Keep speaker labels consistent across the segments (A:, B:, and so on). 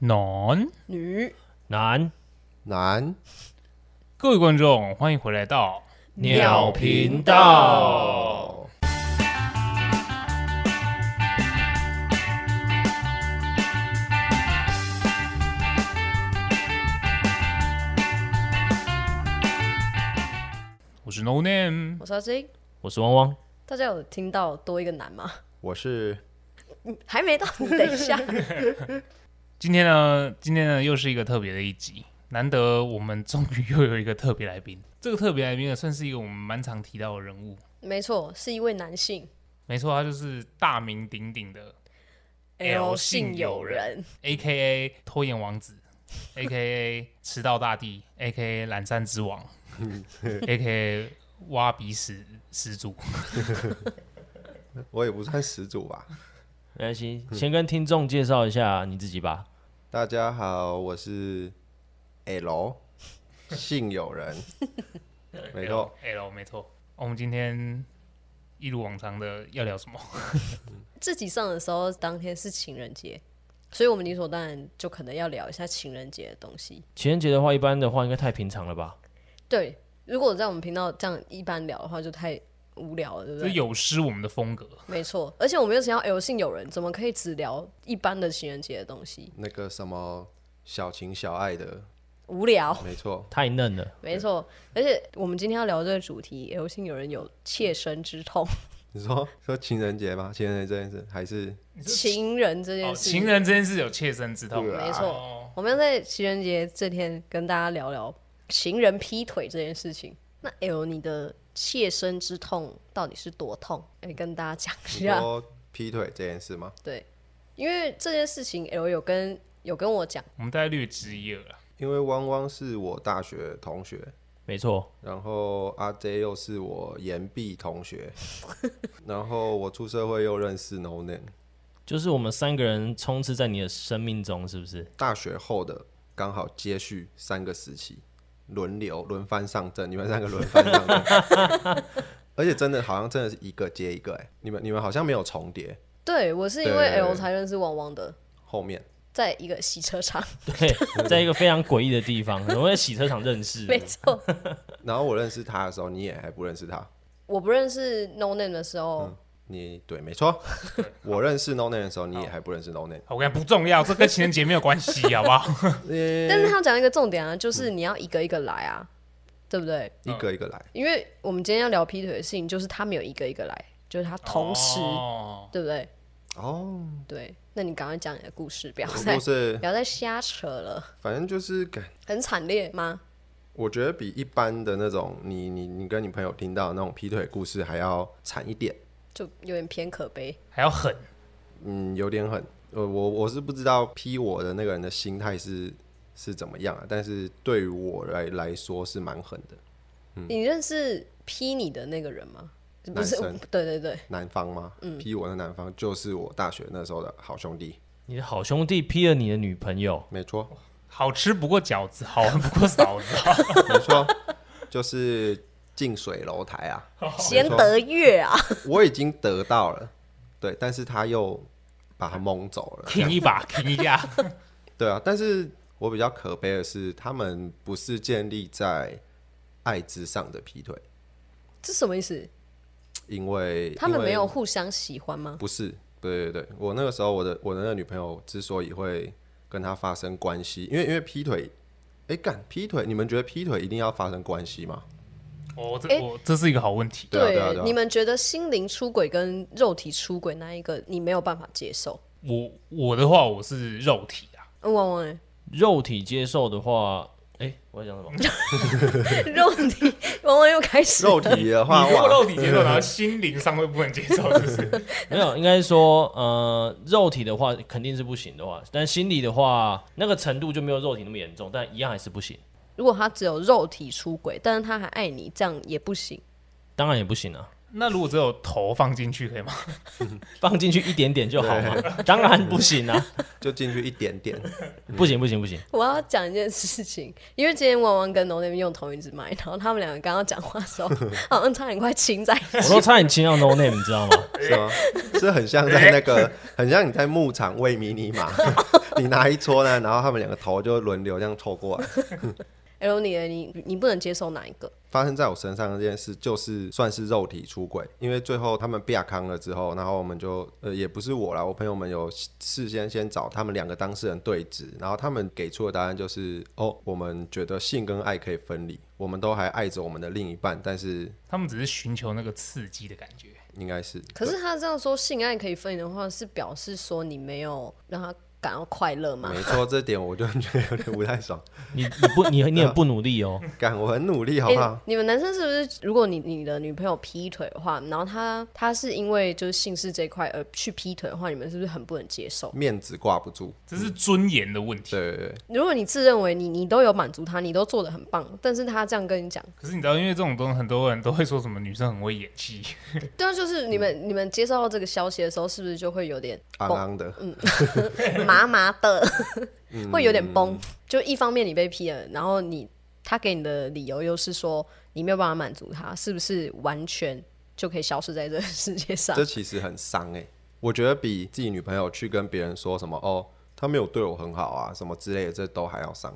A: 男，
B: 女
C: 男
D: 男
A: 各位观众，欢迎回来到
C: 鸟频道。
A: 我是 No Name，
B: 我是阿金，
C: 我是汪汪，
B: 大家有听到多一个男吗？
D: 我是
B: 嗯还没到，你等一下。
A: 今天呢，今天呢又是一个特别的一集，难得我们终于又有一个特别来宾。这个特别来宾呢，算是一个我们蛮常提到的人物，
B: 没错，是一位男性
A: 没错，他就是大名鼎鼎的 L 姓友人 A K A 拖延王子，A K A 迟到大帝，A K A 懒散之 王，A K A 挖鼻始始祖。
D: 我也不算始祖吧。
C: 没关系，先跟听众介绍一下你自己吧。
D: 大家好，我是 L 性友人，没错，
A: L，没错。我们今天一如往常的要聊什么？
B: 自己上的时候，当天是情人节，所以我们理所当然就可能要聊一下情人节的东西。
C: 情人节的话，一般的话应该太平常了吧？
B: 对，如果在我们频道这样一般聊的话，就太无聊了，对不
A: 这
B: 对？
A: 有失我们的风格。
B: 没错，而且我们又想要 L 姓友人，怎么可以只聊一般的情人节的东西？
D: 那个什么小情小爱的，
B: 无聊。
D: 没错，
C: 太嫩了，
B: 没错，而且我们今天要聊这个主题，L 姓友人有切身之痛，
D: 你说说情人节吗？情人节这件事还是
B: 情人这件
A: 哦，
B: 事，
A: 情人之间是有切身之痛，
D: 对啊
B: 没错
A: 哦
B: 我们要在情人节这天跟大家聊聊情人劈腿这件事情。那 L，你的切身之痛到底是多痛？你跟大家讲一
D: 你
B: 下。
D: 说劈腿这件事吗？
B: 对，因为这件事情 L 有跟有跟我讲，
A: 我们大概略知一二了。
D: 因为汪汪是我大学同学，
C: 没错，
D: 然后阿 J 又是我岩壁同学，然后我出社会又认识 No Name，
C: 就是我们三个人充斥在你的生命中，是不是？
D: 大学后的刚好接续三个时期，轮流轮番上阵，你们三个轮番上阵，而且真的好像真的是一个接一个哎、你们你们好像没有重叠，
B: 对我是因为
D: 对
B: L 才认识汪汪的，
D: 后面
B: 在一个洗车场，
C: 对，在一个非常诡异的地方，我们在洗车场认识的
B: 没，错。
D: 然后我认识他的时候，你也还不认识他，
B: 我不认识 No Name 的时候，
A: 嗯
D: 你对没错，我认识 No Name 的时候，你也还不认识 No Name，
A: 好我跟你讲不重要，这跟情人节没有关系，好不好？
B: 但是他讲一个重点啊，就是
A: 嗯
B: 你要一个一个来啊，对不对？
D: 一个一个来，
B: 因为我们今天要聊劈腿的事情，就是他没有一个一个来，就是他 同时，
A: 哦
B: 对不对？
D: 哦，
B: 对，那你赶快讲你的故事，不要
D: 我
B: 再
D: 不是
B: 不，要再瞎扯了，
D: 反正就是感
B: 很惨烈吗？
D: 我觉得比一般的那种你你你跟你朋友听到的那种劈腿故事还要惨一点，
B: 就有点偏可悲。
A: 还要狠，
D: 嗯，有点狠。呃，我我是不知道劈我的那个人的心态是是怎么样啊，但是对于我来来说是蛮狠的。嗯
B: 你认识劈你的那个人吗？不是
D: 男生，哦
B: 对对对，
D: 男方吗？
B: 嗯
D: 劈我的男方就是我大学那时候的好兄弟，
C: 你的好兄弟劈了你的女朋友，
D: 没 错，
A: 好吃不过饺子，好玩不过嫂子 啊。
D: 没错，就是近水楼 台啊。
B: 贤德月啊，
D: 我已经得到了，对，但是他又把他蒙走 了，
A: 停一把，停一下。
D: 对啊，但是我比较可悲的是，他们不是建立在爱之上的劈腿，
B: 这什么意思？
D: 因为
B: 他们
D: 因为
B: 没有互相喜欢吗？
D: 不是，对对对，我那个时候我的我的那个女朋友之所以会跟他发生关系，因为因为劈腿，哎干劈腿，你们觉得劈腿一定要发生关系 吗？
A: 我哦这
B: 哎
A: 我这是一个好问题。
D: 对啊对啊对啊
B: 你们觉得心灵出轨跟肉体出轨那一个你没有办法接受？
A: 我我的话，我是肉体啊，
B: 嗯汪 汪欸，
C: 肉体接受的话，哎、我在讲什么？
B: 肉体，汪汪又开始了
D: 肉体的话，
A: 你如果
D: 哇，
A: 肉体接 受，然后心灵上会不能接受，是不是？
C: 没有，应该说，呃，肉体的话肯定是不行的话，但心理的话，那个程度就没有肉体那么严重，但一样还是不行，
B: 如果他只有肉体出轨，但是他还爱你，这样也不行。
C: 当然也不行啊。
A: 那如果只有头放进去可以吗？
C: 放进去一点点就好嘛，当然不行啊，
D: 就进去一点点，
C: 不行不行不行，
B: 我要讲一件事情， 因为今天汪汪跟 No 那边用同一支麦，然后他们两个刚刚讲话的时候，好像差点快亲在一 起。
C: 我都差点亲到 no name，你知道吗？
D: 是吗？是很像在那 个，很像你在牧场喂迷你马， 你拿一撮呢，然后他们两个头就轮流这样凑过来。
B: L 你呢你你不能接受哪一个？
D: 发生在我身上的这件事，就是算是肉体出轨，因为最后他们被康了之后，然后我们就呃也不是我啦，我朋友们有事先先找他们两个当事人对质，然后他们给出的答案就是哦，我们觉得性跟爱可以分离，我们都还爱着我们的另一半，但是
A: 他们只是寻求那个刺激的感觉。
D: 应该是
B: 可是他这样说性爱可以分离的话，是表示说你没有让他感到快乐吗？
D: 没错，这点我就觉得有点不太爽。
C: 你你不你你很不努力哦，
D: 干，我很努力，好
B: 诶
D: 不好？
B: 你们男生是不是，如果你你的女朋友劈腿的话，然后她她是因为就是性事这一块而去劈腿的话，你们是不是很不能接受？
D: 面子挂不住，
A: 这是尊严的问题。
D: 对对对，
B: 如果你自认为你你都有满足她，你都做的很棒，但是她这样跟你讲，
A: 可是你知道，因为这种东西，很多人都会说什么女生很会演戏，
B: 对啊，就是你
D: 嗯
B: 们、你们接收到这个消息的时候，是不是就会有 点
D: 昂昂的，
B: 麻麻的，
D: 嗯
B: 会有点崩。就一方面你被批了，然后你他给你的理由又是说你没有办法满足他，是不是完全就可以消失在这个世界上
D: 这？其实很伤哎、我觉得比自己女朋友去跟别人说什么哦，她没有对我很好啊，什么之类的，这都还要伤，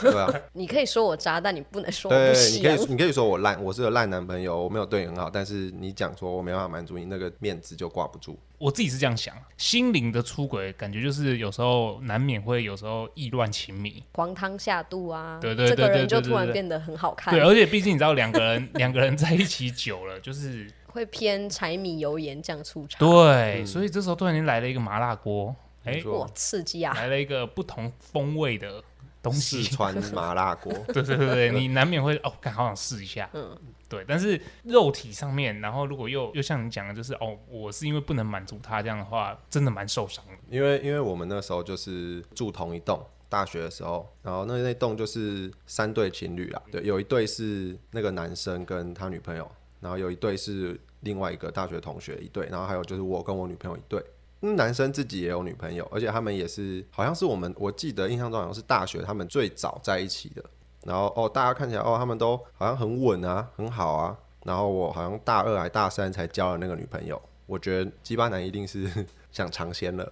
D: 对啊，
B: 你可以说我渣，但你不能说我
D: 对
B: 不，
D: 你
B: 喜
D: 可
B: 欢
D: 以。你可以说我烂，我是个烂男朋友，我没有对你很好，但是你讲说我没办法满足你，那个面子就挂不住。
A: 我自己是这样想。啊心灵的出轨，感觉就是有时候难免会有时候意乱情迷。
B: 黄汤下肚啊，
A: 对对
B: 这个
A: 对对
B: 人就
A: 对对
B: 突然
A: 对
B: 变得很好看
A: 对，，而啊且毕竟你知道，两个人两个人在一起久了，就是啊
B: 会偏柴米油盐酱醋茶，
A: 对，所以这时候突然间来了一个麻辣锅，哎
D: 没，错
B: 哇，刺激啊！
A: 来了一个不同风味的东
D: 四
A: 西，
D: 川麻辣锅，
A: 对对对对，你难免会哦，感好想试一下，嗯，对。但是肉体上面，然后如果又又像你讲的，就是哦，我是因为不能满足他这样的话，真的蛮受伤的。
D: 因为因为我们那时候就是住同一栋，大学的时候，然后那那栋就是三对情侣啦，对，有一对是那个男生跟他女朋友，然后有一对是另外一个大学同学一对，然后还有就是我跟我女朋友一对。嗯男生自己也有女朋友，而且他们也是，好像是我们我记得印象中好像是大学他们最早在一起的。然后哦，大家看起来哦，他们都好像很稳啊，很好啊。然后我好像大二还大三才交了那个女朋友，我觉得鸡巴男一定是想尝鲜了。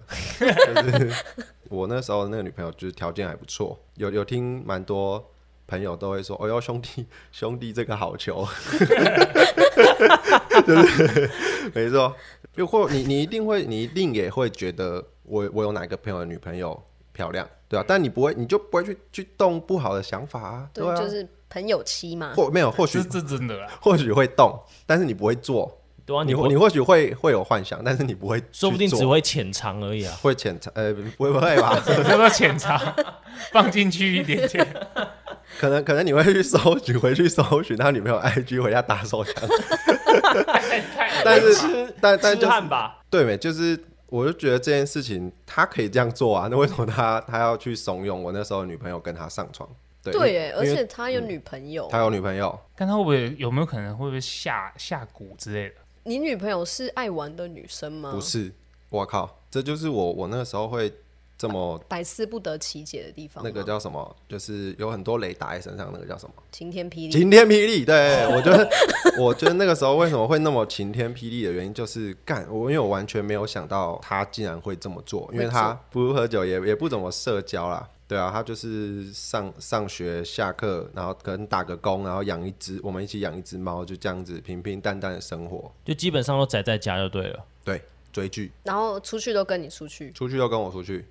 D: 我那时候那个女朋友就是条件还不错，有有听蛮多朋友都会说：“哎呦，兄弟，兄弟，这个好球。” 对不对？没错，又或你你一定会，你一定也会觉得我我有哪个朋友的女朋友漂亮，对啊，但你不会，你就不会去去动不好的想法啊，
B: 对，
D: 啊，
B: 就是朋友期嘛，
D: 或没有，或许
A: 这这真的啦，
D: 或许会动，但是你不会做，
C: 对啊，
D: 你
C: 你
D: 或
C: 不
D: 你或许会会有幻想，但是你不会去做，
C: 说不定只会浅尝而已啊。
D: 会潜藏，呃，不会不会吧？
A: 要不要浅尝？ 放进去一点点，
D: 可能可能你会去搜寻，回去搜寻他女朋友 IG，回家打手枪。 但是但但
C: 痴
D: 就是
C: 汉吧，
D: 对没，就是我就觉得这件事情他可以这样做啊，那为什么他他要去怂恿我那时候的女朋友跟他上床？对，
B: 对耶，而
D: 因为
B: 且他有女朋友，
D: 他有女朋友，
A: 看他会不会有没有可能会不会下下蛊之类的？
B: 你女朋友是爱玩的女生吗？
D: 不是，我靠，这就是我我那时候会这么
B: 百思不得其解的地方吗。
D: 那个叫什么，就是有很多雷打在身上，那个叫什么？
B: 晴天霹雳，
D: 晴天霹雳，对 我觉得，我觉得那个时候为什么会那么晴天霹雳的原因，就是干我，因为我完全没有想到他竟然会这么做，因为
B: 会
D: 他
B: 做
D: 不喝酒也也不怎么社交啦，对啊，他就是上上学下课，然后可能打个工，然后养一只，我们一起养一只猫，就这样子平平淡淡的生活，
C: 就基本上都宅在家就对了。
D: 对，追剧，
B: 然后出去都跟你出去，
D: 出去就跟我出去，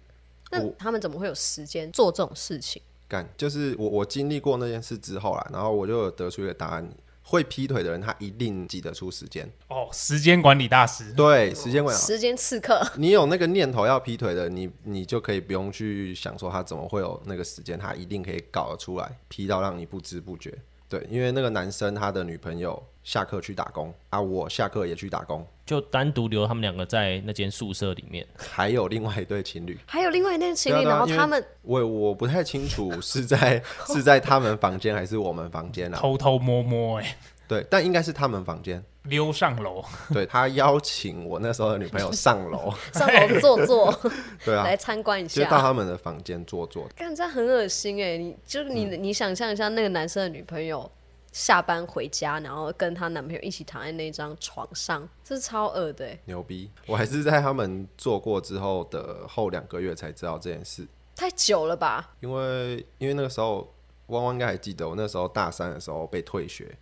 B: 那
D: 我
B: 他们怎么会有时间做这种事情？
D: 干，就是我我经历过那件事之后啦，然后我就有得出一个答案。会劈腿的人，他一定挤得出时间。
A: 哦，时间管理大师，
D: 对，时间管理
B: 时间刺客，
D: 你有那个念头要劈腿的，你你就可以不用去想说他怎么会有那个时间，他一定可以搞得出来，劈到让你不知不觉。对，因为那个男生他的女朋友下课去打工啊，我下课也去打工，
C: 就单独留他们两个在那间宿舍里面，
D: 还有另外一对情侣，
B: 还有另外一对情
D: 对啊
B: 侣，
D: 对啊
B: 然后
D: 因为
B: 他们
D: 我我不 太清楚是在是在他们房间还是我们房间啊，
A: 偷偷摸摸、哎，
D: 对，但应该是他们房间。
A: 溜上楼，
D: 对他邀请我那时候的女朋友上楼，
B: 上 楼坐坐，
D: 对啊，
B: 来参观一
D: 就到
B: 下。
D: 他们的房间坐坐。
B: 干，这很恶心哎！你就是你，
D: 嗯
B: 你想象一下，那个男生的女朋友下班回家，然后跟她男朋友一起躺在那张床上，这是超恶的哎！
D: 牛逼！我还是在他们做过之后的后两个月才知道这件事，
B: 太久了吧？
D: 因为因为那个时候汪汪应该还记得，我那时候大三的时候被退学。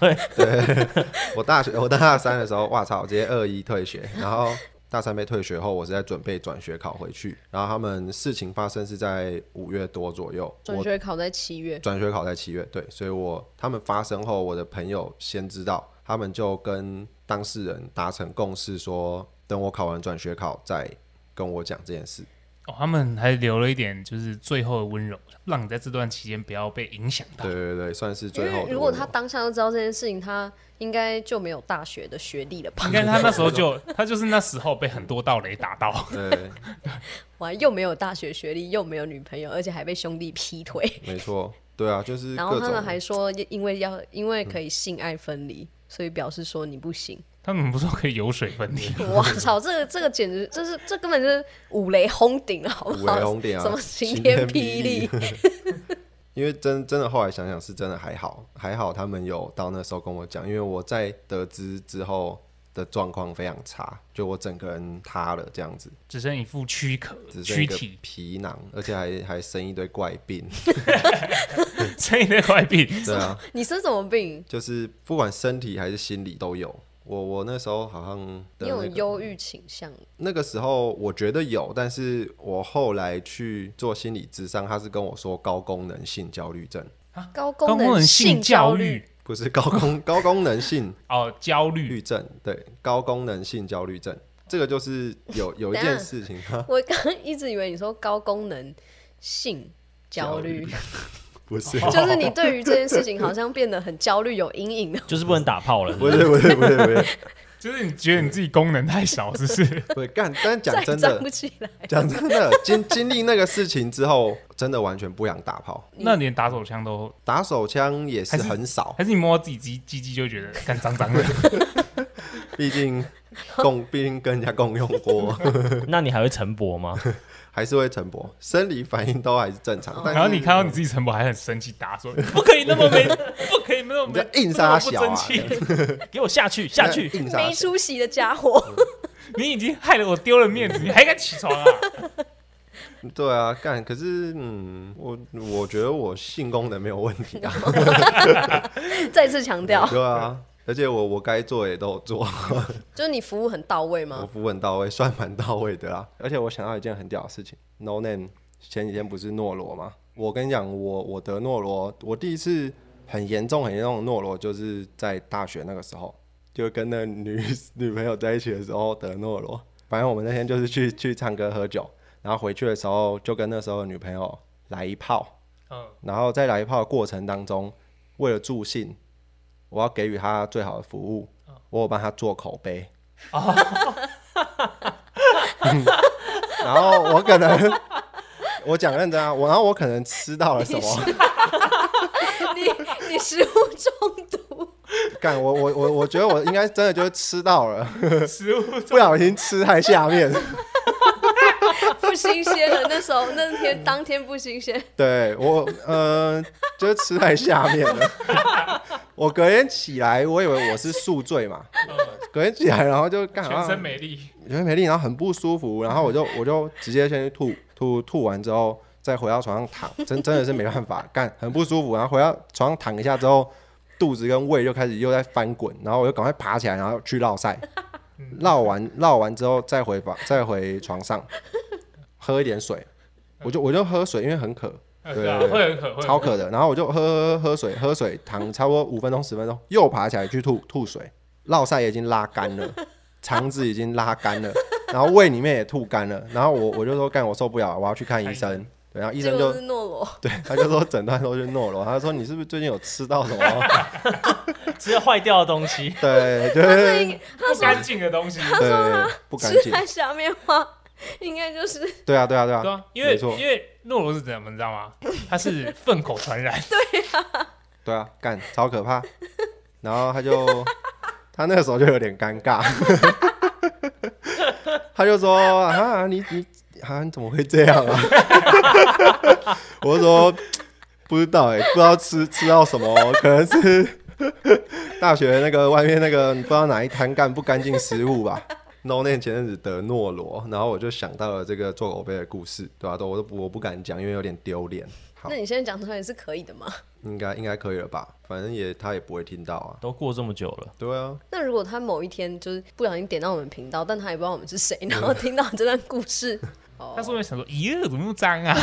D: 对，对我大学我大三的时候，哇操，直接二一退学，然后。大三被退学后，我是在准备转学考回去。然后他们事情发生是在五月多左右，
B: 转
D: 我
B: 学考在七月，
D: 转学考在七月，对，所以我他们发生后，我的朋友先知道，他们就跟当事人达成共识说，等我考完转学考再跟我讲这件事。
A: 哦，他们还留了一点就是最后的温柔，让你在这段期间不要被影响到
D: 对。对对，算是
B: 啊因
D: 最后的
B: 为
D: 温柔。
B: 如果他当下就知道这件事情，他应该就没有大学的学历了吧
A: 你？看他那时候就，他就是那时候被很多道雷打到，
D: 对，
B: 我还又没有大学学历，又没有女朋友，而且还被兄弟劈腿。
D: 没错，对啊，就是
B: 然后
D: 各
B: 他们还
D: 种
B: 说，因为要因为可以性爱分
D: 嗯
B: 离，所以表示说你不 行。
A: 他们不是说可以油水分离？
B: 我操，这个这个简直，这是这根本就是五雷轰顶了，好
D: 五
B: 不
D: 雷
B: 好？
D: 轰顶啊，
B: 什么
D: 晴
B: 晴天
D: 天
B: 霹雳？
D: 因为真真的后来想想是真的还好，还好他们有到那时候跟我讲，因为我在得知之后的状况非常差，就我整个人塌了这样子。
A: 只剩一副躯壳、
D: 只剩
A: 躯
D: 一个
A: 体，
D: 皮囊，而且还还生一堆怪 病。
A: 所以那块病
D: 对啊，
B: 你生什么病？
D: 就是不管身体还是心理都有。我我那时候好像
B: 你
D: 得
B: 有
D: 那个
B: 忧郁倾向？
D: 那个时候我觉得有，但是我后来去做心理咨商，他是跟我说高功能性焦虑症，
B: 高功
A: 高功能
B: 性
A: 性
B: 焦
A: 教
B: 虑？
A: 育
D: 不是高 功高功能性
A: 哦，焦虑
D: 虑症，对，高功能性焦虑症，这个就是有有一
B: 等一
D: 件
B: 下
D: 事情，哈
B: 我刚刚一直以为你说高功能性焦虑，
D: 不是
B: 就是你对于这件事情好像变得很焦虑、有阴影了。
C: 就是不能打 炮了。
D: 不是不是不是不 是，
A: 就是你觉得你自己功能太少，是不是？
D: 不是干，但
B: 再
D: 讲
B: 也
D: 真
B: 站
D: 的
B: 不，起来，
D: 讲真的，经经历那个事情之后，真的完全不想打炮，
A: 那连打手枪都，
D: 打手枪也是
A: 还是
D: 很少，
A: 还是你摸到自己鸡鸡鸡就觉得干脏脏的，
D: 毕竟共，毕竟跟人家共用过，
C: 那你还会晨勃吗？
D: 还是会晨勃，生理反应都还是正常。但是
A: 然后哦你看到你自己陈勃还很生气，打说你不 可以那么没，不可以那么
D: 你
A: 没
D: 在硬杀
A: 不
D: 小
A: 争
D: 啊，
A: 气，
C: 给我下去，下去！
D: 硬杀
B: 没
D: 小，
B: 出息的家伙。
A: 你已经害得我丢了 面子，你还敢起床啊？
D: 对啊，干。可是嗯，我我觉得我性功能没有问题啊，嗯
B: 再次强调，
D: 对啊。而且我我该做的也都有做，
B: 就是你服务很到位
D: 我
B: 吗？
D: 服务很到位，算蛮到位的啊啦。 而且我想到一件很屌的事情，No Name 前几天不是诺罗吗？我跟你讲，我我得诺罗，我第一次很严重很严重的诺罗，就是在大学那个时候，就跟那女 女朋友在一起的时候得诺罗。反正我们那天就是去去唱歌喝酒，然后回去的时候就跟那时候的女朋友来一炮，
A: 嗯，
D: 然后在来炮的过程当中，为了助兴，我要给予他最好的服务，我有帮他做口碑。嗯然后我可能，我讲认真啊，我然后我可能吃到了什么，嗯
B: 你你食物中毒，
D: 干我我我我觉得我应该真的就是吃到了，
A: 食物
D: 不小心吃太下面，
B: 不新鲜了。那时候那天当天不新鲜，
D: 对我呃，就是吃太下面了。我隔天起来，我以为我是宿醉嘛，隔天起来然后就干啊
A: 嗯
D: 好
A: 全
D: 像
A: 身没力，
D: 觉得没力，然后很不舒服，然后我就我就直接先去吐吐吐完之后，再回到床上躺，真真的是没办法，干很不舒服，然后回到床上躺一下之后，肚子跟胃就开始又在翻滚，然后我就赶快爬起来，然后去绕赛，绕完绕完之后再回房再回床上，喝一点水，我就我就喝水，因为很渴，
A: 呃
D: 对
A: 对啊，
D: 对
A: 会很渴，会很
D: 超渴的，然后我就喝喝喝水，喝水躺差不多五分钟十分钟，又爬起来去吐 吐水，落塞已经拉干了， 肠子已经拉干了， 然后胃里面也吐干了，然后我我就说干我受不了了，我要去看医
A: 看医
D: 生。对， 然后医
B: 结
D: 生
B: 果
D: 就是
B: 诺罗。
D: 对他就说诊断都是诺罗，他说你是不是最近有吃到什么？，
C: 吃了坏掉的东西
D: 对
B: 他
D: 对
B: 是
A: 不干净的东西。
D: 对，哎不干
B: 啊吃
D: 净。
B: 在下面吗？ 应该就是
D: 对啊对啊对
A: 对
D: 啊，
A: 啊，因为
D: 没错
A: 因为诺罗是怎么你知 道吗？它是粪口传染，
D: 对啊，干超可怕。然后他就他那个时候就有点尴尬， 他就说啊，你你啊，你怎么会这样啊？我就说不知道哎、不知道吃吃到什么，哦可能是 大学那个外面那个不知道哪一摊干不干净食物吧。No name 前阵子得诺罗，然后我就想到了这个做狗杯的故事，对吧、都我都不我不敢讲，因为有点丢脸。好
B: 那，你现在讲出来是可以的吗？
D: 应该应该可以了吧？反正也他也不会听到啊。
C: 都过这么久了，
D: 对啊，
B: 那如果他某一天就是不小心点到我们频道，但他也不知道我们是谁，
D: 嗯
B: 然后听到这段故事，
A: 他说我想说，咦，怎么那么脏啊？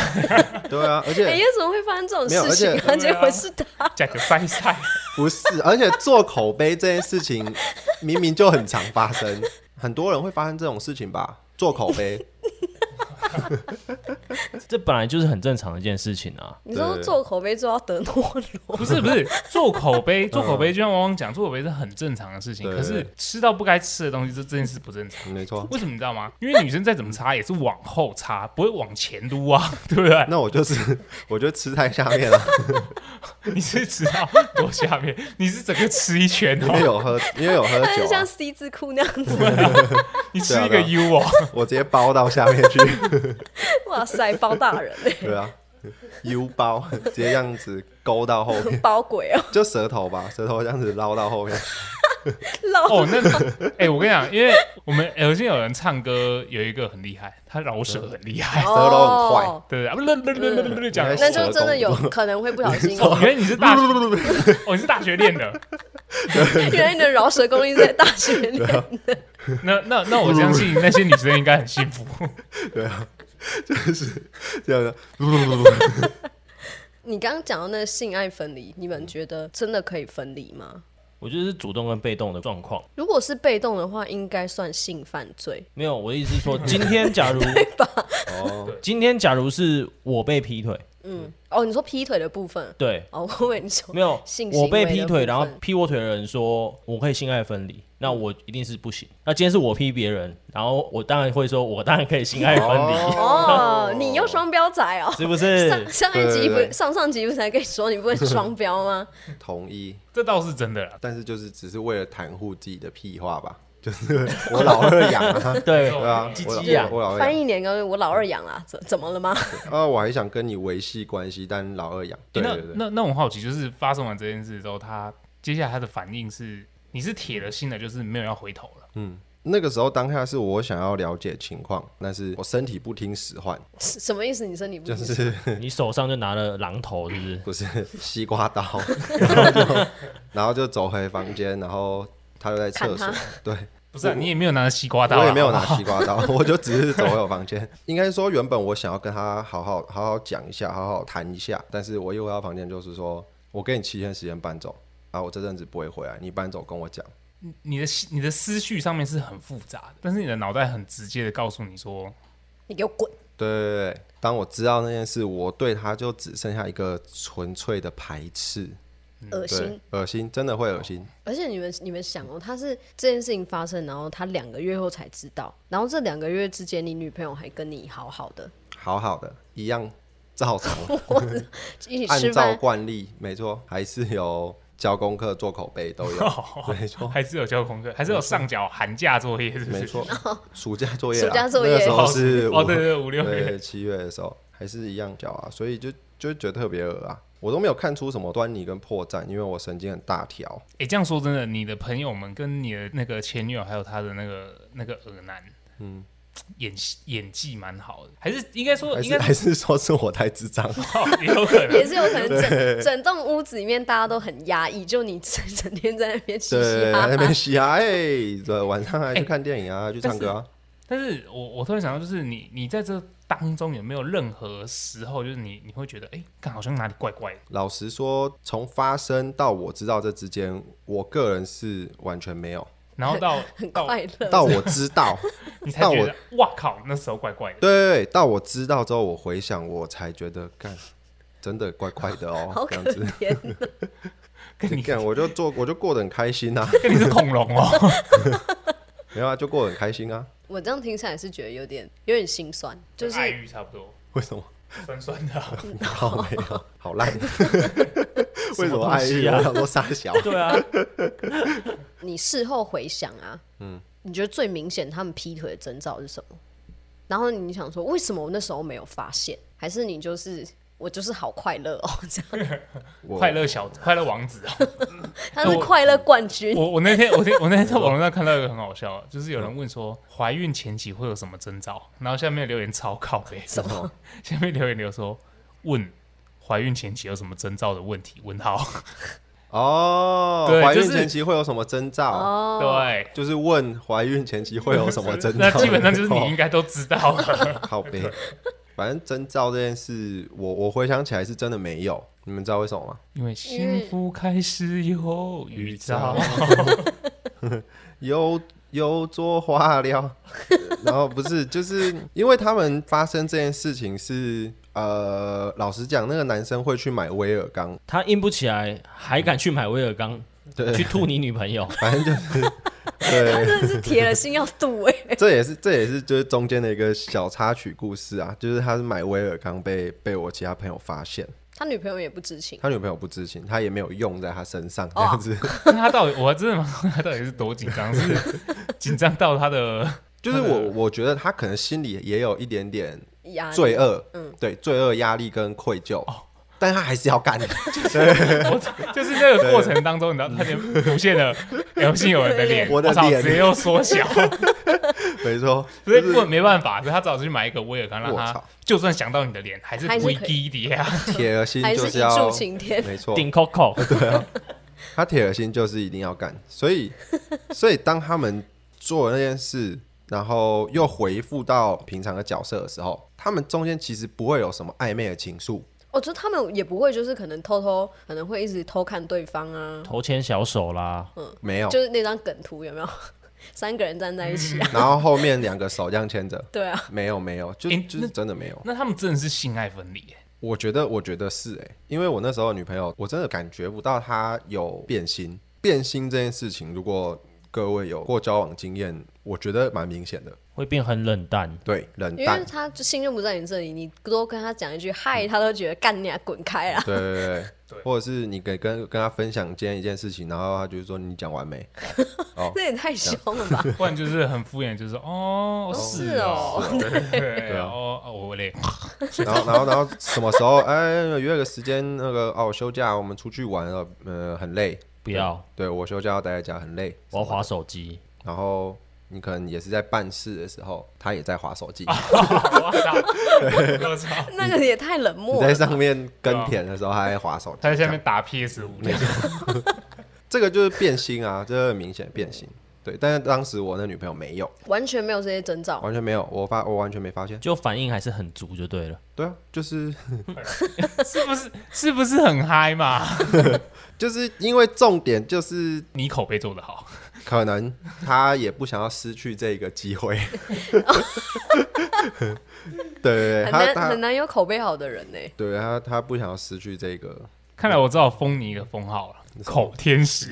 D: 对啊，而
B: 哎
D: 且
B: 呀，怎么会发生这种
D: 没有
B: 事情
D: 而且
A: 对
B: 啊？结果
A: 啊
B: 是他，
A: 加个塞塞，
D: 不是，而且做口碑这件事情明明就很常发生，很多人会发生这种事情吧？做口碑，
C: 这本来就是很正常的一件事情啊。
B: 你说
D: 对啊
B: 做口碑做到德诺罗，
A: 不是不是，做口碑做口碑，就像汪汪讲，做口碑是很正常的事情。
D: 嗯对
A: 可是吃到不该吃的东西，这这件事不正常。
D: 嗯 没错。
A: 为什么你知道吗？因为女生再怎么擦也是往后擦，不会往前撸啊， 对不对？
D: 那我就是，我就吃在下面了，啊
A: 你是吃到多下面，你是整个吃一圈
D: 因为
A: 哦，
D: 有喝，因为有 喝
B: 他就
D: 酒啊、
B: 像 C 字裤那样子，
A: 你吃一个
D: 啊
A: U 哦，
D: 我直接包到下面去，
B: 哇塞，包大人欸
D: 对啊，U 包直接这样子勾到后面，
B: 包鬼哦，
D: 就舌头吧，舌头这样子捞到后面，
B: 老
A: 哦，那哎、我跟你讲，因为我们有些有人唱歌有一个很厉害，他饶舌很厉害，
D: 舌头很坏
B: 哦
A: 对啊不对？不不不不不讲，
B: 那就真的有可能会不小心。
A: 哦，原来你是大，哦，你是大学练的，
B: 原来你的饶舌功力是在大学练，
D: 啊
A: 那那那我相信那些女生应该很幸福。
D: 这样子，
B: 你刚刚讲到那个性爱分离，你们觉得真的可以分离吗？
C: 我觉得是主动跟被动的状况。
B: 如果是被动的话，应该算性犯罪。
C: 没有，我的意思 是说，今天假如
D: 哦，
C: 今天假如是我被劈腿，
B: 嗯，哦，你说劈腿的部分，
C: 对，
B: 哦，我以为你说
C: 没有
B: 性，行为
C: 我被
B: 的
C: 劈
B: 部
C: 腿，然后
B: 分嗯
C: 劈我腿的人说我可以性爱分离，那我一定是不行。那今天是我劈别人，然后我当然会说，我当然可以性爱分离，
B: 哦，你又双标仔哦。
C: 是不是
B: 上？上一集
D: 对对
B: 不
D: 对
B: 上上集不是才跟你说你不能双标吗？
D: 同意，
A: 这倒是真的啦，
D: 但是就是只是为了袒护自己的屁话吧， 就是我老二痒 啊，
C: 对，
D: 对啊，
C: 鸡
D: 我
C: 鸡呀
D: 老我老二
B: 翻
D: 痒
B: 译年糕，我老二养啦， 怎怎么了吗？
D: 啊，我还想跟你维系关系，但老二痒， 对
A: 那
D: 对对。
A: 那那我很好奇，就是发生完这件事之后，他接下来他的反应是，你是铁了心的，就是没有要回头
D: 嗯
A: 了。
D: 那个时候当下是我想要了解情况，但是我身体不听使 唤，
B: 是什么意思？你身体不
D: 就
B: 舒服
D: 是？
C: 你手上就拿了榔头，是不是
D: 不是西瓜 刀，然后就然后就走回房间，然后他就在厕所
B: 砍，
D: 对
A: 不是、啊，你也没有拿西瓜刀、啊，
D: 我也没有拿
A: 好不好
D: 西瓜刀， 我就只是走回我房间。应该说原本我想要跟他好好好好讲一下，好好谈一下，但是我一回到房间就是说，我给你七天时间搬走，然后我这阵子不会回来，你搬走跟我讲。
A: 你的你的思绪上面是很复杂的，但是你的脑袋很直接的告诉你说，
B: 你给我滚！
D: 对对对，当我知道那件事，我对他就只剩下一个纯粹的排斥。
B: 恶心
D: 嗯对，！恶心，真的会恶心。
B: 而且你们你们想哦，他是这件事情发生，然后他两个月后才知道，然后这两个月之间，你女朋友还跟你好好的
D: 好好的，一样照 常，
B: 一起
D: 按
B: 吃
D: 照
B: 饭，
D: 惯例，没错，还是有交功课、做口碑都 有，没错，
A: 还是有交功课，还是有上缴寒假作业，是不是？
D: 没错。暑假作业啦，
B: 哦暑假作业
D: 那个时候是
A: 哦，
D: 五
A: 对对对，五六月
D: 对七月的时候还是一样交啊，所以就就觉得特别恶啊。我都没有看出什么端倪跟破绽，因为我神经很大条。
A: 哎、这样说真的，你的朋友们跟你的那个前女友，还有他的那个那个耳男，嗯，演戏演技蛮好的，还是应该
B: 哦
A: 说
D: 还
A: 应该
D: 是还是说是我太智障，啊
A: 好，也有可能
B: 也是有可能整整栋屋子里面大家都很压抑，就你整 整天在那边嘻嘻
D: 对，还
B: 哈
D: 在那边
B: 哈。
D: 嘻哈，哎、对，晚上还去
B: 哎
D: 看电影啊，去唱歌啊，
A: 但是我我突然想到，就是你你在这当中有没有任何时候，就是你你会觉得，哎、看好像哪里怪怪的，
D: 老实说，从发生到我知道这之间，我个人是完全没有。
A: 然后到
B: 很
A: 到
B: 快乐，
D: 到我知道，
A: 你才
D: 到
A: 觉
D: 我
A: 得，哇靠，那时候怪怪的。
D: 对，到我知道之后，我回想，我才觉得，干，真的怪怪的哦、
B: 好
D: 这
B: 可
D: 样子。
B: 怜。
A: 跟 你
D: 干，我就做，我就过得很开心 啊，
A: 跟你是恐龙哦，
D: 没有啊，就过得很开心啊。
B: 我这样听起来是觉得有点有点心酸，就
A: 跟爱
B: 是
A: 欲差不多，
D: 为什么？
A: 酸酸的啊、
D: 好没有，好烂。为什么爱
C: 什么东
D: 欲？
C: 西啊
D: 我想说傻小，
C: 对啊，
B: 你事后回想啊，嗯，你觉得最明显他们劈腿的征兆是什么？然后你想说，为什么我那时候没有发现？还是你就是我就是好快乐哦， 这样
D: 我
A: 快乐小快乐王子啊！
B: 他是快乐冠 军，
A: 我我那天我那我那天在网络上看到一个很好笑的，就是有人问说怀孕前期会有什么征兆，然后下面留言超靠背，什么？ 下面留言留说问怀孕前期有什么征兆的问题？问号，
D: 哦，
A: 对
D: 怀
A: 就
D: 孕
A: 是哦
D: 前期会有什么征兆？
A: 对，
D: 就是问怀孕前期会有什么征兆？
A: 那基本上就是你应该都知道 了。
D: 靠背。反正征兆这件事，我我回想起来是真的没有。你们知道为什么吗？
A: 因为幸福开始有预兆，
D: 有有做化疗， 然后不是，就是因为他们发生这件事情是呃，老实讲，那个男生会去买威尔 刚，
C: 他硬不起来，还敢去买威尔刚
D: 对哦
C: 去吐你女朋 友，
D: 反正就是
B: 他
D: 对，
B: 真的是铁了心要赌哎、
D: 这也是这也是就是中间的一个小插曲故事啊，就是他是买威尔刚被被我其他朋友发现，
B: 他女朋友也不知情，
D: 他女朋友不知情，他也没有用在他身上
B: 哦
D: 这样子，
A: 那他到底我真的蛮好奇他到底是多紧张， 是紧张到他的
D: 就是我我觉得他可能心里也有一点点
B: 呀，
D: 罪恶，
B: 嗯哦
D: 对，罪恶、压力跟愧疚，但他还是要 干。
A: 我就是那个过程当中，你知道，他就浮现了 L 姓友人的脸，
D: 我的
A: 操，
D: 脸
A: 直接又缩 小，
D: 所以说，
A: 所以不过没办法，所以他只好去买一个威尔刚，让
D: 我
A: 他
D: 操，
A: 就算想到你的脸，还是
B: 还是可
A: 微
B: 以
A: 低一点 啊。
D: 铁了心
B: 还
D: 就是是
B: 一
D: 要
B: 柱，擎天，
D: 没错，
C: 顶 Coco，
D: 他铁了心就是一定要干。所以，所以当他们做了那件事，然后又回复到平常的角色的时候，他们中间其实不会有什么暧昧的情愫，
B: 我觉得他们也不会，就是可能偷偷，可能会一直偷看对方啊，
C: 头牵小手啦，
B: 嗯
D: 没有
B: 就。是那张梗图有没有？ 三个人站在一起啊，
D: 然后后面两个手这样牵着，
B: 对啊，
D: 没有没有，就
A: 诶
D: 就是真的没有。
A: 那他们真的是性爱分离耶，
D: 我觉得，我觉得是哎、因为我那时候的女朋友，我真的感觉不到她有变心。变心这件事情，如果各位有过交往经验，我觉得蛮明显的。
C: 会变很冷淡。
D: 对，冷
B: 因为
D: 淡，
B: 他就信任不在你这里，你多跟他讲一句嗨，他都觉得干你啊，滚开啊！
D: 对对对
A: 对
D: 或者是你给跟跟她分享今天一件事情，然后她就是说你讲完 没？哦
B: 那也太凶了吧？
A: 不然就是很敷衍，就是哦，
B: 是
A: 哦
B: 哦，
A: 对对 对，
D: 对啊
A: 哦，哦我嘞，
D: 然后然后然后什么时候？哎，约个时间，那个哦，我休假，我们出去玩了，呃，很累。
C: 不要，
D: 对我休假要待在家，很累。
C: 我要划手机。
D: 然后你可能也是在办事的时候，她也在划手机。
A: 啊我操，我操，
B: 那个也太冷
D: 你
B: 漠
D: 在
B: 了。
D: 上面耕田的时候还在划手机，
A: 他哦在下面打 PS 五，
D: 这个就是变心啊，这个很明显变心。对，但是当时我那女朋友没有，
B: 完全没有这些征兆，
D: 完全没有，我发我完全没发现。
C: 就反应还是很足就对了。
D: 对啊，就是
A: 是不是是不是很嗨嘛？
D: 就是因为重点就是
A: 你口碑做得好，
D: 可能他也不想要失去这个机会。 对对对，
B: 很
D: 哎他
B: 难很
D: 他
B: 难有口碑好的人呢、
D: 对他他不想要失去这个
A: 看来我知道封你一个封号了，口天使。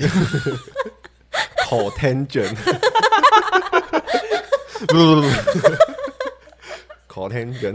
D: 口天卷。 不不不，口天卷。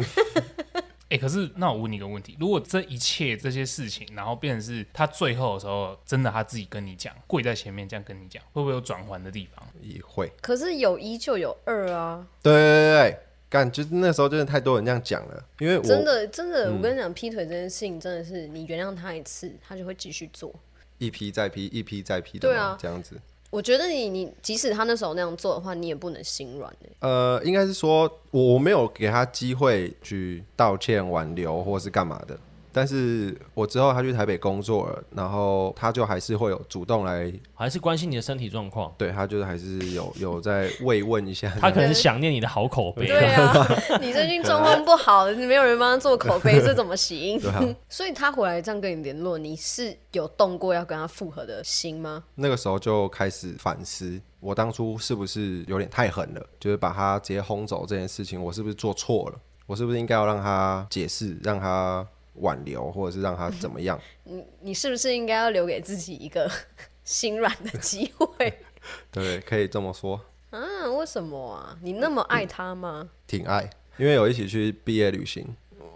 A: 哎、可是那我问你一个问题：如果这一切这些事情，然后变成是他最后的时候，真的他自己跟你讲，跪在前面这样跟你讲，会不会有转圜的地方？
D: 也会。
B: 可是有一就有二啊，
D: 对对对对，干，就是那时候真的太多人这样讲了，因为我
B: 真的真的，
D: 嗯
B: 我跟你讲，劈腿这件事情真的是，你原谅他一次，他就会继续做。
D: 一批再批，一批再批的嘛，
B: 对啊
D: 这样子。
B: 我觉得你你即使他那时候那样做的话，你也不能心软 的、
D: 呃，应该是说我我没有给他机会去道歉、挽留或是干嘛的。但是我之后他去台北工作了，然后他就还是会有主动来，
C: 还是关心你的身体状况。
D: 对他就是还是有有在慰问一下。
C: 他可能想念你的好口碑，
B: 对啊，你最近状况不好， 没有人帮他做口碑，这怎么行？
D: 对啊，
B: 所以他回来这样跟你联络，你是有动过要跟他复合的心吗？
D: 那个时候就开始反思，我当初是不是有点太狠了，就是把他直接轰走这件事情，我是不是做错了？我是不是应该要让他解释，让他挽留，或者是让他怎么样？
B: 你你是不是应该要留给自己一个 心软的机会？
D: 对，可以这么说，
B: 啊，为什么啊？你那么爱他吗？
D: 挺爱，因为嗯有一起去毕业旅行，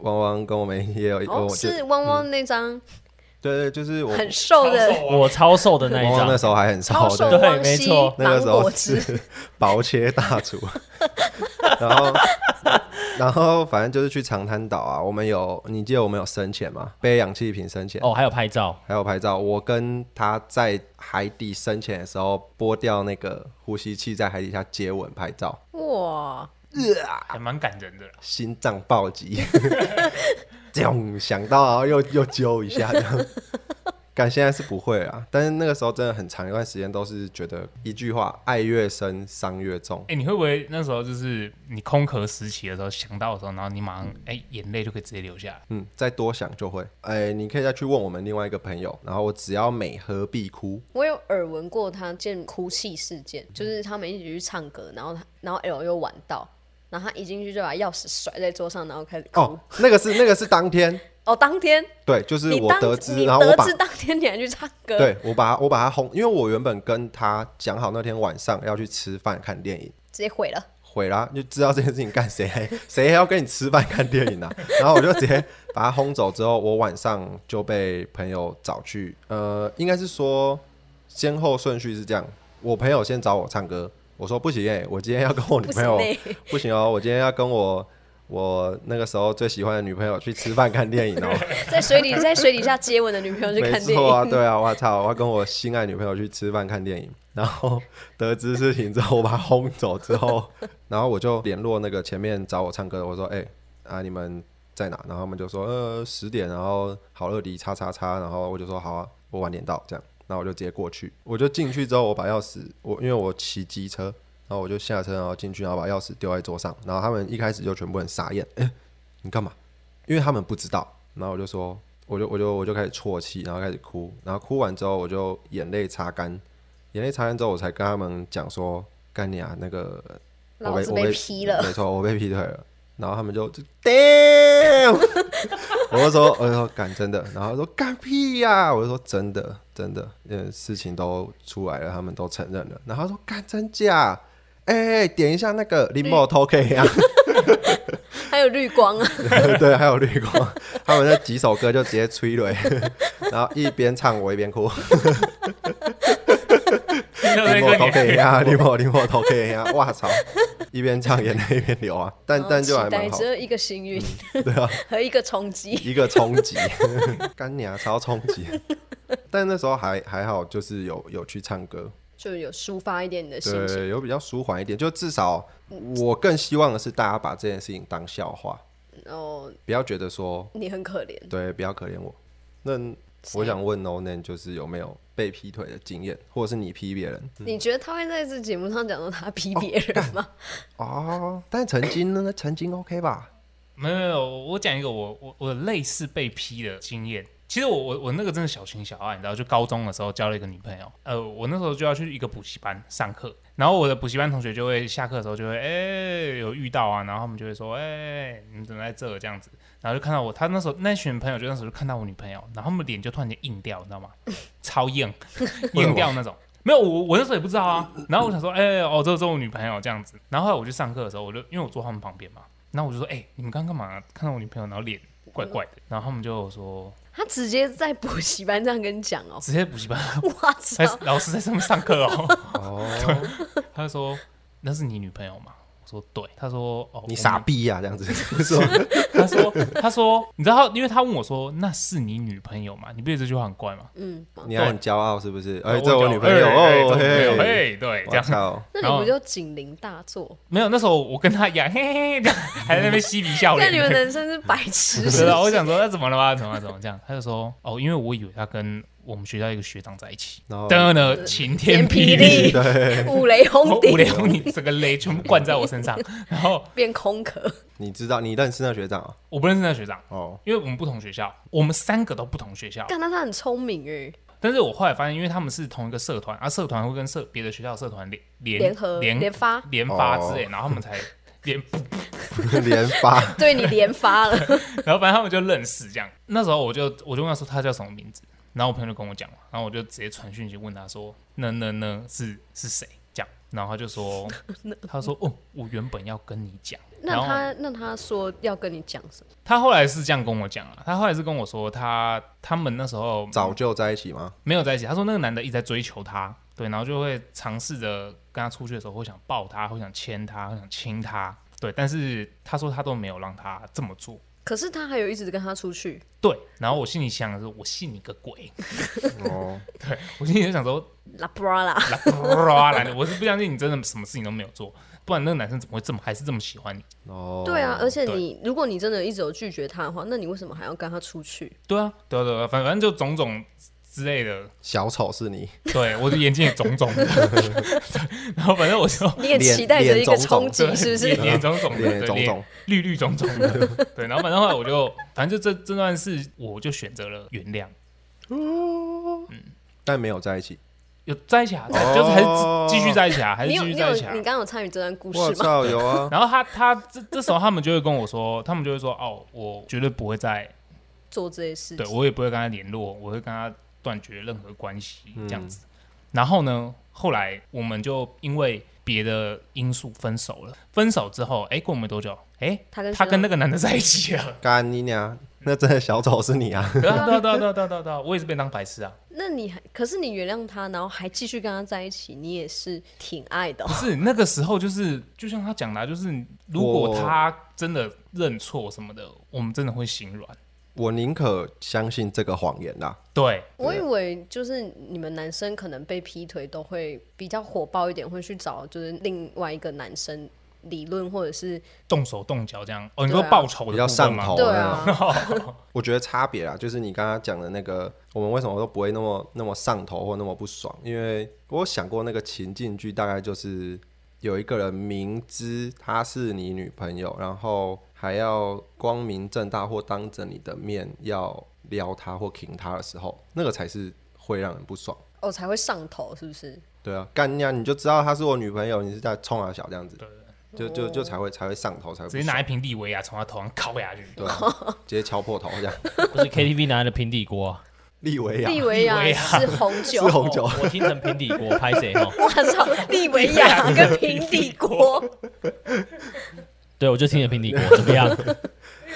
D: 汪汪跟我们也有，
B: 哦，
D: 我就是
B: 汪汪那张
D: 对对，就是我
B: 很瘦的
C: 我超瘦的那一
D: 汪汪
C: 张
D: 那，时候还很
B: 超
D: 瘦
B: 瘦
D: 的，
C: 对
B: 汪
C: 没
B: 西
C: 错
D: 那个时
B: 芒
D: 候
B: 果汁，
D: 是 薄切大厨， 然后然后反正就是去长滩岛啊，我们有你记得我们有深潜吗？背氧气瓶深潜。
C: 哦，还有 拍照，
D: 还有拍照，我跟他在海底深潜的时候剥掉那个呼吸器，在海底下接吻拍照，
B: 哇，
A: 还蛮感人的啦。
D: 心脏暴击， 这样想到然后又又揪一下这样。感现在是不会啊，但是那个时候真的很长一段时间都是觉得一句话：爱越深，伤越重
A: 哎、。你会不会那时候就是你空壳时期的时候想到的时候，然后你马上哎、眼泪就可以直接流下来？
D: 嗯，再多想就会。哎、你可以再去问我们另外一个朋友，然后我只要每喝必哭，
B: 我有耳闻过他见哭泣事件，就是他们一起去唱歌，然后他然后 L 又晚到，然后他一进去就把钥匙甩在桌上，然后开始哭。
D: 哦，那个是那个是当天，
B: 哦当天
D: 对，就是
B: 你
D: 我
B: 当
D: 得
B: 你
D: 知，然后我
B: 得
D: 把
B: 知当天你还去唱歌，
D: 对我把我把他轰，因为我原本跟他讲好那天晚上要去吃饭看电影，
B: 直接毁了。
D: 毁啦，就知道这件事情干谁还谁还要跟你吃饭看电影啊？然后我就直接把他轰走之后，我晚上就被朋友找去，呃，应该是说先后顺序是这样，我朋友先找我唱歌，我说不行、欸，我今天要跟我女
B: 不行
D: 朋
B: 欸
D: 友
B: 嘞，
D: 不行哦，我今天要跟我我那个时候最喜欢的女朋友去吃饭看电影哦。
B: 在水底在水底下接吻的女朋友去
D: 没
B: 看电
D: 错
B: 影，
D: 啊，对啊，我操，我要跟我心爱女朋友去吃饭看电影，然后得知事情之后，我把她轰走之后，然后我就联络那个前面找我唱歌的，我说，哎、啊，你们在哪？然后他们就说，呃，十点，然后好乐迪叉叉叉，然后我就说好啊，我晚点到，这样，然后我就直接过去，我就进去之后，我把钥匙，我因为我骑机车，然后我就下车，然后进去，然后把钥匙丢在桌上，然后他们一开始就全部很傻眼，哎、你干嘛？因为他们不知道，然后我就说，我就我就我就开始啜泣，然后开始哭，然后哭完之后我就眼泪擦干，眼泪擦干之后我才跟他们讲说，干你啊，那个我
B: 老
D: 被
B: 子
D: 我被
B: 劈了。
D: 没错，我被劈腿了。然后他们就就 damn，我就说我就说干真的，然后他说干屁呀、我就说真的真的，嗯，事情都出来了，他们都承认了。然后他说干真假？哎、点一下那个 limo t o k 啊，
B: 还有绿光 啊，
D: 对，还有绿光，他们那几首歌就直接催泪， 然后一边唱我一边哭。
A: 那那
D: 林墨
A: 个
D: 头
A: 你
D: 可以呀，林墨林墨头可以呀，哇操！一边唱眼泪一边流啊，但但就还
B: 哦期
D: 蛮
B: 待
D: 好
B: 只，有一个幸运
D: 对啊，
B: 和一个冲击，
D: 一个冲击， 干娘超冲击。但那时候还还好，就是有有去唱歌，
B: 就有抒发一点你的心情。
D: 对，有比较舒缓一点。就至少我更希望的是大家把这件事情当笑话，
B: 然后
D: 不要觉得说
B: 你很可怜，
D: 对，不要可怜我。嗯那我想问 No Name，就是有没有被劈腿的经验，或者是你劈别人？
B: 你觉得他会在这节目上讲到他逼别人 吗？
D: 哦，但曾经呢？曾经 OK 吧？
A: 没有没有，我讲一个我我我类似被批的经验。其实我我我那个真的小情小爱，你知道，就高中的时候交了一个女朋友。呃，我那时候就要去一个补习班上课，然后我的补习班同学就会下课的时候就会哎、有遇到啊，然后他们就会说哎、你们怎么在这这样子，然后就看到我，他那时候那群朋友就那时候就看到我女朋友，然后他们脸就突然间硬掉，你知道吗？超硬，硬掉那种。没有，我我那时候也不知道啊。然后我想说，哎、哦，这是我女朋友这样子。然后后来我去上课的时候，我就因为我坐他们旁边嘛，然后我就说，哎、你们刚刚干嘛？看到我女朋友，然后脸怪怪的。然后他们就说，
B: 他直接在补习班这样跟你讲 哦、
A: 直接补习班，
B: 我
A: 还
B: 操！
A: 老师在上面上课 哦。
D: 哦，
A: 他就说，那是你女朋友吗？我说对。他说， 哦，
D: 你
A: 我
D: 傻
A: 女。
D: 逼啊呀、这 样子是吗？
A: 他说，他说，你知道他，因为他问我说，那是你女朋友吗？你不觉得这句话很怪吗？
B: 嗯，
D: 你要很骄傲是不是？哎、
A: 然后
D: 这我
A: 就
D: 女朋友
A: 哎哎
D: 哦，
A: 这我女朋友
D: 嘿，
A: 嘿，对，这
D: 我
A: 样。
D: 操，
B: 那你
A: 然后
B: 不就警铃大作？
A: 没有，那时候我跟他一样，嘿嘿嘿，这样还在那边嬉皮笑
B: 那
A: 脸。
B: 你们人生是白 痴是
A: 对啊，
B: 不
A: 我
B: 是？
A: 想说那怎么了吗？怎么了怎么了这样？他就说哦，因为我以为他跟我们学校一个学长在一起，
D: 然后
A: 噔呢，晴
B: 天
A: 天
B: 霹
A: 霹雳，
B: 雳，五雷轰
A: 我五
B: 顶，
A: 雷轰顶，整个雷全部灌在我 身上。然后
B: 变空壳。
D: 你知道你认识那学长啊
A: 我不认识那学长，
D: 哦，
A: 因为我们不同学校，我们三个都不同学校。
B: 干，那他很聪明哎，
A: 但是我后来发现，因为他们是同一个社团，啊，社团会跟社别的学校社团联联
B: 联合
A: 联
B: 联发
A: 联发之
D: 哦
A: 类，然后他们才联
D: 连发，
B: 对你连发 了，
A: 然后反正他们就认识这样。那时候我就我就问他说他叫什么名字，然后我朋友就跟我讲嘛，然后我就直接传讯息问他说那那那是是谁这样，然后他就 说，他说哦，我原本要跟你讲，
B: 那
A: 然后
B: 他那他说要跟你讲什么？
A: 他后来是这样跟我讲啊了，他后来是跟我说他他们那时候
D: 早就在一起吗？
A: 没有在一起，他说那个男的一直在追求她，对，然后就会尝试着跟她出去的时候会想抱她，会想牵她，会想亲她，对，但是他说他都没有让他这么做。
B: 可是他还有一直跟他出去，
A: 对，然后我心里想的是，我信你个鬼！
D: 哦，
A: 我心里就想说，
B: 拉布拉拉，
A: 啦啦啦啦我是不相信你真的什么事情都没有做，不然那个男生怎么会这么还是这么喜欢你？
D: 哦，
B: 对啊，而且
A: 对
B: 你如果你真的一直有拒绝他的话，那你为什么还要跟他 出去？
A: 对啊，对啊对啊，反反正就种种之类的，
D: 小丑是你，
A: 对我的眼睛也肿肿的， 对然后反正我就
B: 你也
D: 脸
B: 期待着一个
D: 脸肿
B: 冲
D: 肿
B: 击，是不是？
A: 脸脸肿肿的，
D: 脸
A: 对
D: 肿肿，
A: 绿绿肿肿的，对，然后反正后来我就，反正就这这段事，我就选择了原谅，
D: 但没有在一起。
A: 有在一起啊，
D: 哦
A: 就是还是继续在一起啊，还是
B: 你有
A: 继
B: 你
A: 续
B: 有
A: 在一
B: 你
A: 起啊
B: 刚。刚有参与这段故
D: 我
B: 事吗？
D: 操，有啊，
A: 然后他他这这时候他们就会跟我说，他们就会说哦，我绝对不会再
B: 做这些事
A: 对
B: 情，
A: 我也不会跟他联络，我会跟他断绝任何关系这
D: 嗯
A: 样子。然后呢，后来我们就因为别的因素分手了。分手之后，哎、过没多久，哎、
B: 他跟
A: 他跟那
B: 个
A: 个男的在一起 了。
D: 干你娘！那真的小丑是你啊！
A: 对啊，对啊，对啊，对啊，对啊对啊，对啊，我也是被当白痴啊。
B: 那你还可是你原谅他，然后还继续跟他在一起，你也是挺爱的哦、
A: 不是那个时候，就是就像他讲的啊、就是如果
D: 我
A: 他真的认错什么的，我们真的会心软。
D: 我宁可相信这个谎言啦。
A: 对，
B: 我以为就是你们男生可能被劈腿都会比较火爆一点，会去找就是另外一个男生理论，或者是
A: 动手动脚这样。哦，你
B: 对
A: 说
B: 啊
A: 报仇的
D: 比较
A: 部分
D: 上
A: 吗
D: 头哦
B: 对啊，
D: 我觉得差别啊，就是你刚刚讲的那个，我们为什么都不会那么那么上头或那么不爽？因为我有想过那个情境剧，大概就是有一个人明知她是你女朋友，然后还要光明正大或当着你的面要撩她或挺她的时候，那个才是会让人不爽。
B: 哦才会上头，是不是？
D: 对啊，干你啊！你就知道她是我女朋友，你是在冲啊小这样子，
A: 对
D: 就就就才会才会上头，才会
A: 直
D: 不
A: 接
D: 爽
A: 拿一瓶利维亚从他头上敲下去。
D: 对啊，直接敲破头这样。
C: 不是 KTV 拿来的平底锅啊，
D: 利维亚，
B: 利
A: 利维
B: 维亚
A: 亚
B: 啊是红酒
D: 是，红酒
C: 哦我听成平底锅，拍 谁哦？
B: 我操，利维亚跟平底锅，
C: 对，我就听成平底锅，怎么样？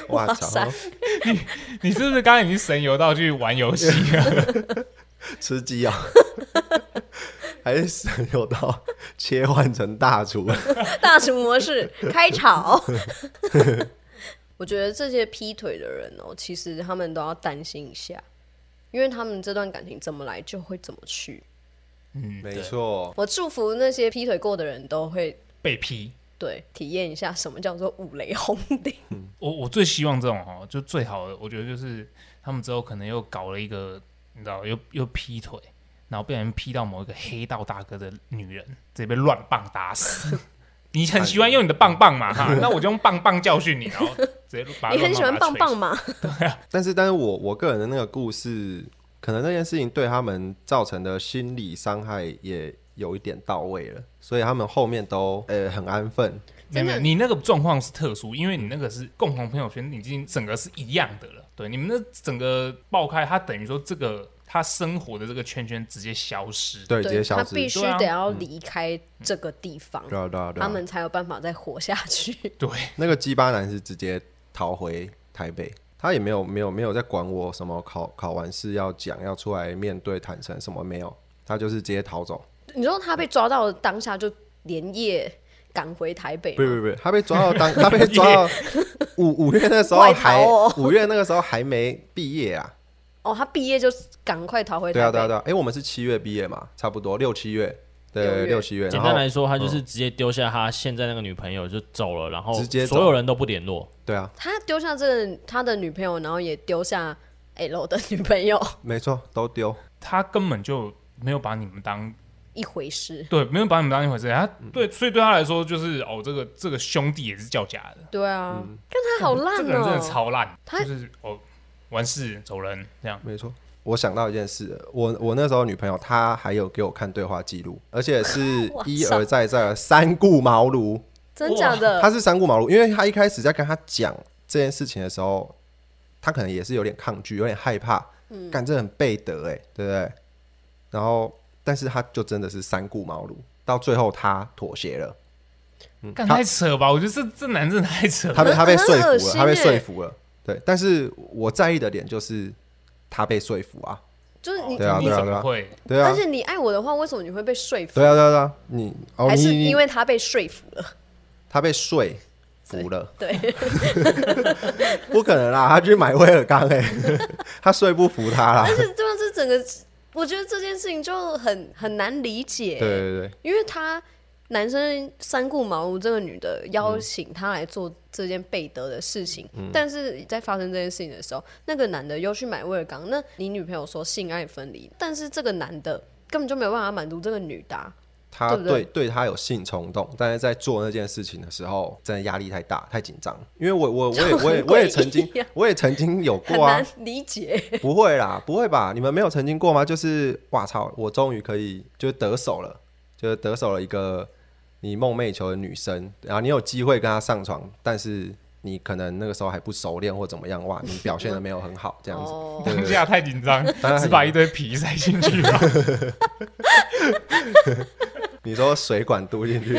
D: 哇
B: 塞
D: 操！
A: 你是不是刚才已经神游到去玩游 戏嗯了？
D: 吃鸡啊， 还是神有到切换成大 厨，
B: 大厨模 式开炒。我觉得这些劈腿的人哦，其实他们都要担心一下，因为他们这段感情怎么来就会怎么去。
A: 嗯，
D: 没错，
B: 我祝福那些劈腿过的人都会
A: 被批。
B: 对体验一下什么叫做五雷轰顶。
A: 我我最希望这种哦，就最好的，我觉得就是他们之后可能又搞了一个，你知道，又又劈腿，然后被人劈到某一个黑道大哥的女人，直接被乱棒打 死。你很喜欢用你的棒棒嘛哈，那我就用棒棒教训你，然后直接把
B: 你很喜欢棒棒
A: 吗？
B: 吗？
D: 但是但是我我个人的那个故事，可能那件事情对他们造成的心理伤害也有一点到位了，所以他们后面都呃很安分，
A: 没有没有，
B: 真的
A: 你那个状况是特殊，因为你那个是共同朋友圈，你已经整个是一样的了。对，你们那整个爆开，他等于说这个他生活的这个圈圈直接消失。
D: 对，直接
B: 对，
D: 消
B: 他
D: 失，
B: 必
D: 对
B: 须
A: 对啊
B: 得要离开这个地方，
D: 啊对啊对
B: 他
D: 啊，
B: 们才有办法再活下去。
A: 对，
D: 那个鸡巴男是直接逃回台北。他也没有没有没有在管我什么考考完试要讲要出来面对坦诚什么没有，他就是直接逃走。
B: 你说他被抓到的当下就连夜赶回台北吗，
D: 不是不是不是，他被抓到 当他被抓到五五月那时候
B: 快逃
D: 还
B: 哦
D: 五月那个时候还没毕业啊，
B: 哦，他毕业就赶快逃回
D: 对
B: 台
D: 啊
B: 北。
D: 对啊对啊，哎、我们是七月毕业嘛，差不多六七月，
B: 六月
D: 对六七月，
C: 简
D: 然
C: 单
D: 后
C: 来说，他就是直接丢下他现在那个女朋友就走了，然后
D: 嗯直接走
C: 所有人都不联络。
D: 对啊，
B: 他丢下这个他的女朋友，然后也丢下 L 的女朋友
D: 没错，都丢，
A: 他根本就没有把你们当
B: 一回事。
A: 对，没有把你们当一回事。他
D: 嗯
A: 对，所以对他来说就是哦，这个这个兄弟也是叫假的，
B: 对啊，
D: 嗯
B: 看、他好烂
A: 这个人真的
B: 哦、
A: 超烂，
B: 他
A: 就是哦完事走人这样。
D: 没错。我想到一件事，我我那时候女朋友她还有给我看对话记录，而且 是
B: 哇
D: 一
B: 塞
D: 而再再而三顾茅庐，
B: 真假的？
D: 他是三顾茅庐，因为他一开始在跟他讲这件事情的时候，他可能也是有点抗拒，有点害怕，
B: 嗯
D: 感觉很背德哎、欸，对不对？然后，但是他就真的是三顾茅庐，到最后他妥协了，
A: 干
D: 他
A: 太扯吧！我觉得这这男真的太扯
D: 嗯他
A: 了。
D: 被他被
B: 嗯很
D: 说服
B: 恶
D: 了，
B: 心欸
D: 他被
B: 耶
D: 说服了。对，但是我在意的点就是他被说服啊，
B: 就是你，
D: 对啊
A: 你
D: 对啊
A: 怎
D: 对
A: 么
D: 啊
A: 会？
D: 对啊
B: 而，且你爱我的话，为什么你会被说服？
D: 对啊，对啊，对啊，你哦，
B: 还
D: 你
B: 是
D: 你
B: 因为他被说服了？
D: 他被说服了，
B: 对，
D: 不可能啦，他去买威尔刚哎， 他说不服他啦，
B: 这对啊，这整个，我觉得这件事情就很很难理解。
D: 对对对，
B: 因为他男生三顾茅庐，这个女的
A: 嗯
B: 邀请他来做这件背德的事情，但是在发生这件事情的时候，那个男的又去买威尔刚，那你女朋友说性爱分离，但是这个男的根本就没有办法满足这个女 的啊、
D: 他
B: 对不对
D: 对对他有性冲动，但是在做那件事情的时候，真的压力太大，太紧张。因为我我我也我也
B: 就很诡异啊
D: 我也曾经我也曾经有
B: 很
D: 过啊
B: 难，理解。
D: 不会啦，不会吧？你们没有曾经过吗？就是哇操，我终于可以就是得手了，就是得手了一个你梦寐以求的女生，然后你有机会跟她上床，但是你可能那个时候还不熟练或怎么样，哇，你表现的没有很好，这样子。
B: 哦，
D: 对
A: 当下太紧张
D: 当然，
A: 只把一堆皮塞进去了。
D: 你说水管嘟进去，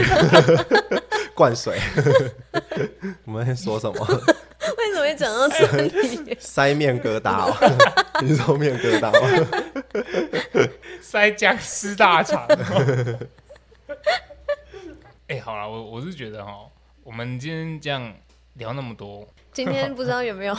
D: 灌水， 我们在说什么？
B: 为什么会讲到这 里？
D: 塞面疙瘩、哦，你是说面疙瘩、哦？
A: 塞僵尸大 肠。哎、好了，我我是觉得哈，我们今天这样聊那么多，
B: 今天不知道有没有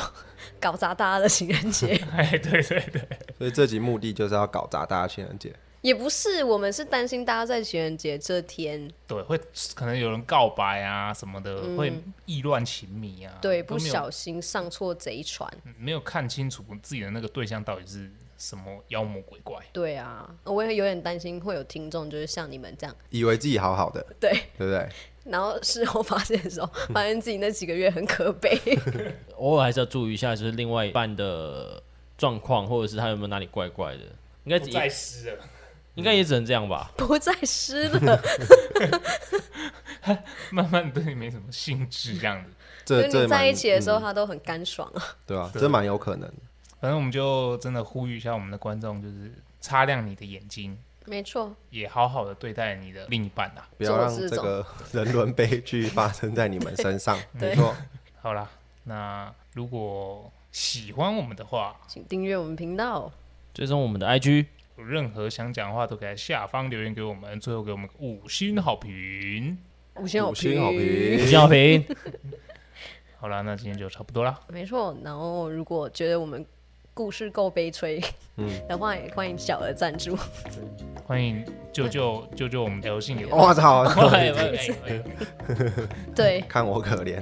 B: 搞砸大家的情 人节？
A: 哎，对对对，
D: 所以这集目的就是要搞砸大家情人节。
B: 也不是，我们是担心大家在情人节这天，
A: 对，会可能有人告白啊什么的，
B: 嗯
A: 会意乱情迷啊，
B: 对，
A: 都
B: 不
A: 没有
B: 小心上错贼船。
A: 没有看清楚自己的那个对象到底是什么妖魔鬼怪。
B: 对啊，我也有点担心会有听众就是像你们这样，
D: 以为自己好好的，
B: 对，
D: 对不对？
B: 然后事后发现的时候，发现自己那几个月很可 悲。
C: 偶尔还是要注意一下，就是另外一半的状况，或者是他有没有哪里怪怪的，应该
A: 不
C: 也
A: 失了，
C: 应该也只能这样吧。
B: 不再湿了，
A: 慢慢对你没什么兴致这样子。
B: 就
D: 这
B: 你在
D: 这蛮
B: 一起的时候，他都很干爽啊。
D: 对吧、这蛮有可能的。
A: 反正我们就真的呼吁一下我们的观众，就是擦亮你的眼睛，
B: 没错，
A: 也好好的对待你的另一半啊。
D: 不要让
B: 做这
D: 这个人伦悲剧发生在你们身上。
B: 对
D: 没错，
A: 好啦，那如果喜欢我们的话，
B: 请订阅我们频道，
C: 追踪我们的 IG，
A: 有任何想讲的话都可以在下方留言给我们，最后给我们个五星好评。
B: 五星好
D: 五星好
B: 评。
C: 五
D: 评
C: 星，好 评，
A: 好啦，那今天就差不多啦。
B: 没错，然后如果觉得我们故事够悲催，
D: 嗯
B: 的话也欢迎小额赞 助。
A: 欢迎救救救救我们 L 信友，
B: 哦
D: 我 操，
C: 拜
A: 哎
C: 拜
A: 哎
B: 对，
D: 看我可怜。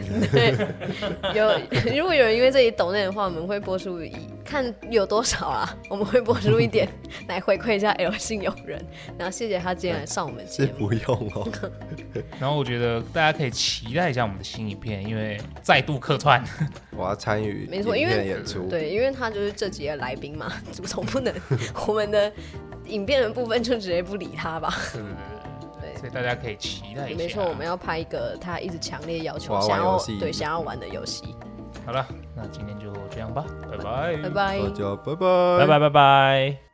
B: 有 如果有人因为这里抖内的话，我们会播出一看有多少啊， 我们会播出一点 来回馈一下 L 姓友人，然后谢谢他今天来上我们节
D: 是
B: 目。
D: 不用哦，
A: 然后我觉得大家可以期待一下我们的新影片，因为再度客串，
D: 我要参与
B: 没错
D: 影
B: 因为
D: 片演出。
B: 对，因为他就是这集的来宾嘛， 总不能我们的影片的部分就直接不理他吧？
A: 对对对
B: 对
A: 对，所以大家可以期待一下。
B: 没错，我们要拍一个他一直强烈要求
D: 我要玩
B: 想要
D: 游戏
B: 对想要玩的游戏。
A: 好了，那今天就这样吧，拜拜，
D: 哦
B: 拜拜。
D: 大家拜
C: 拜拜拜拜。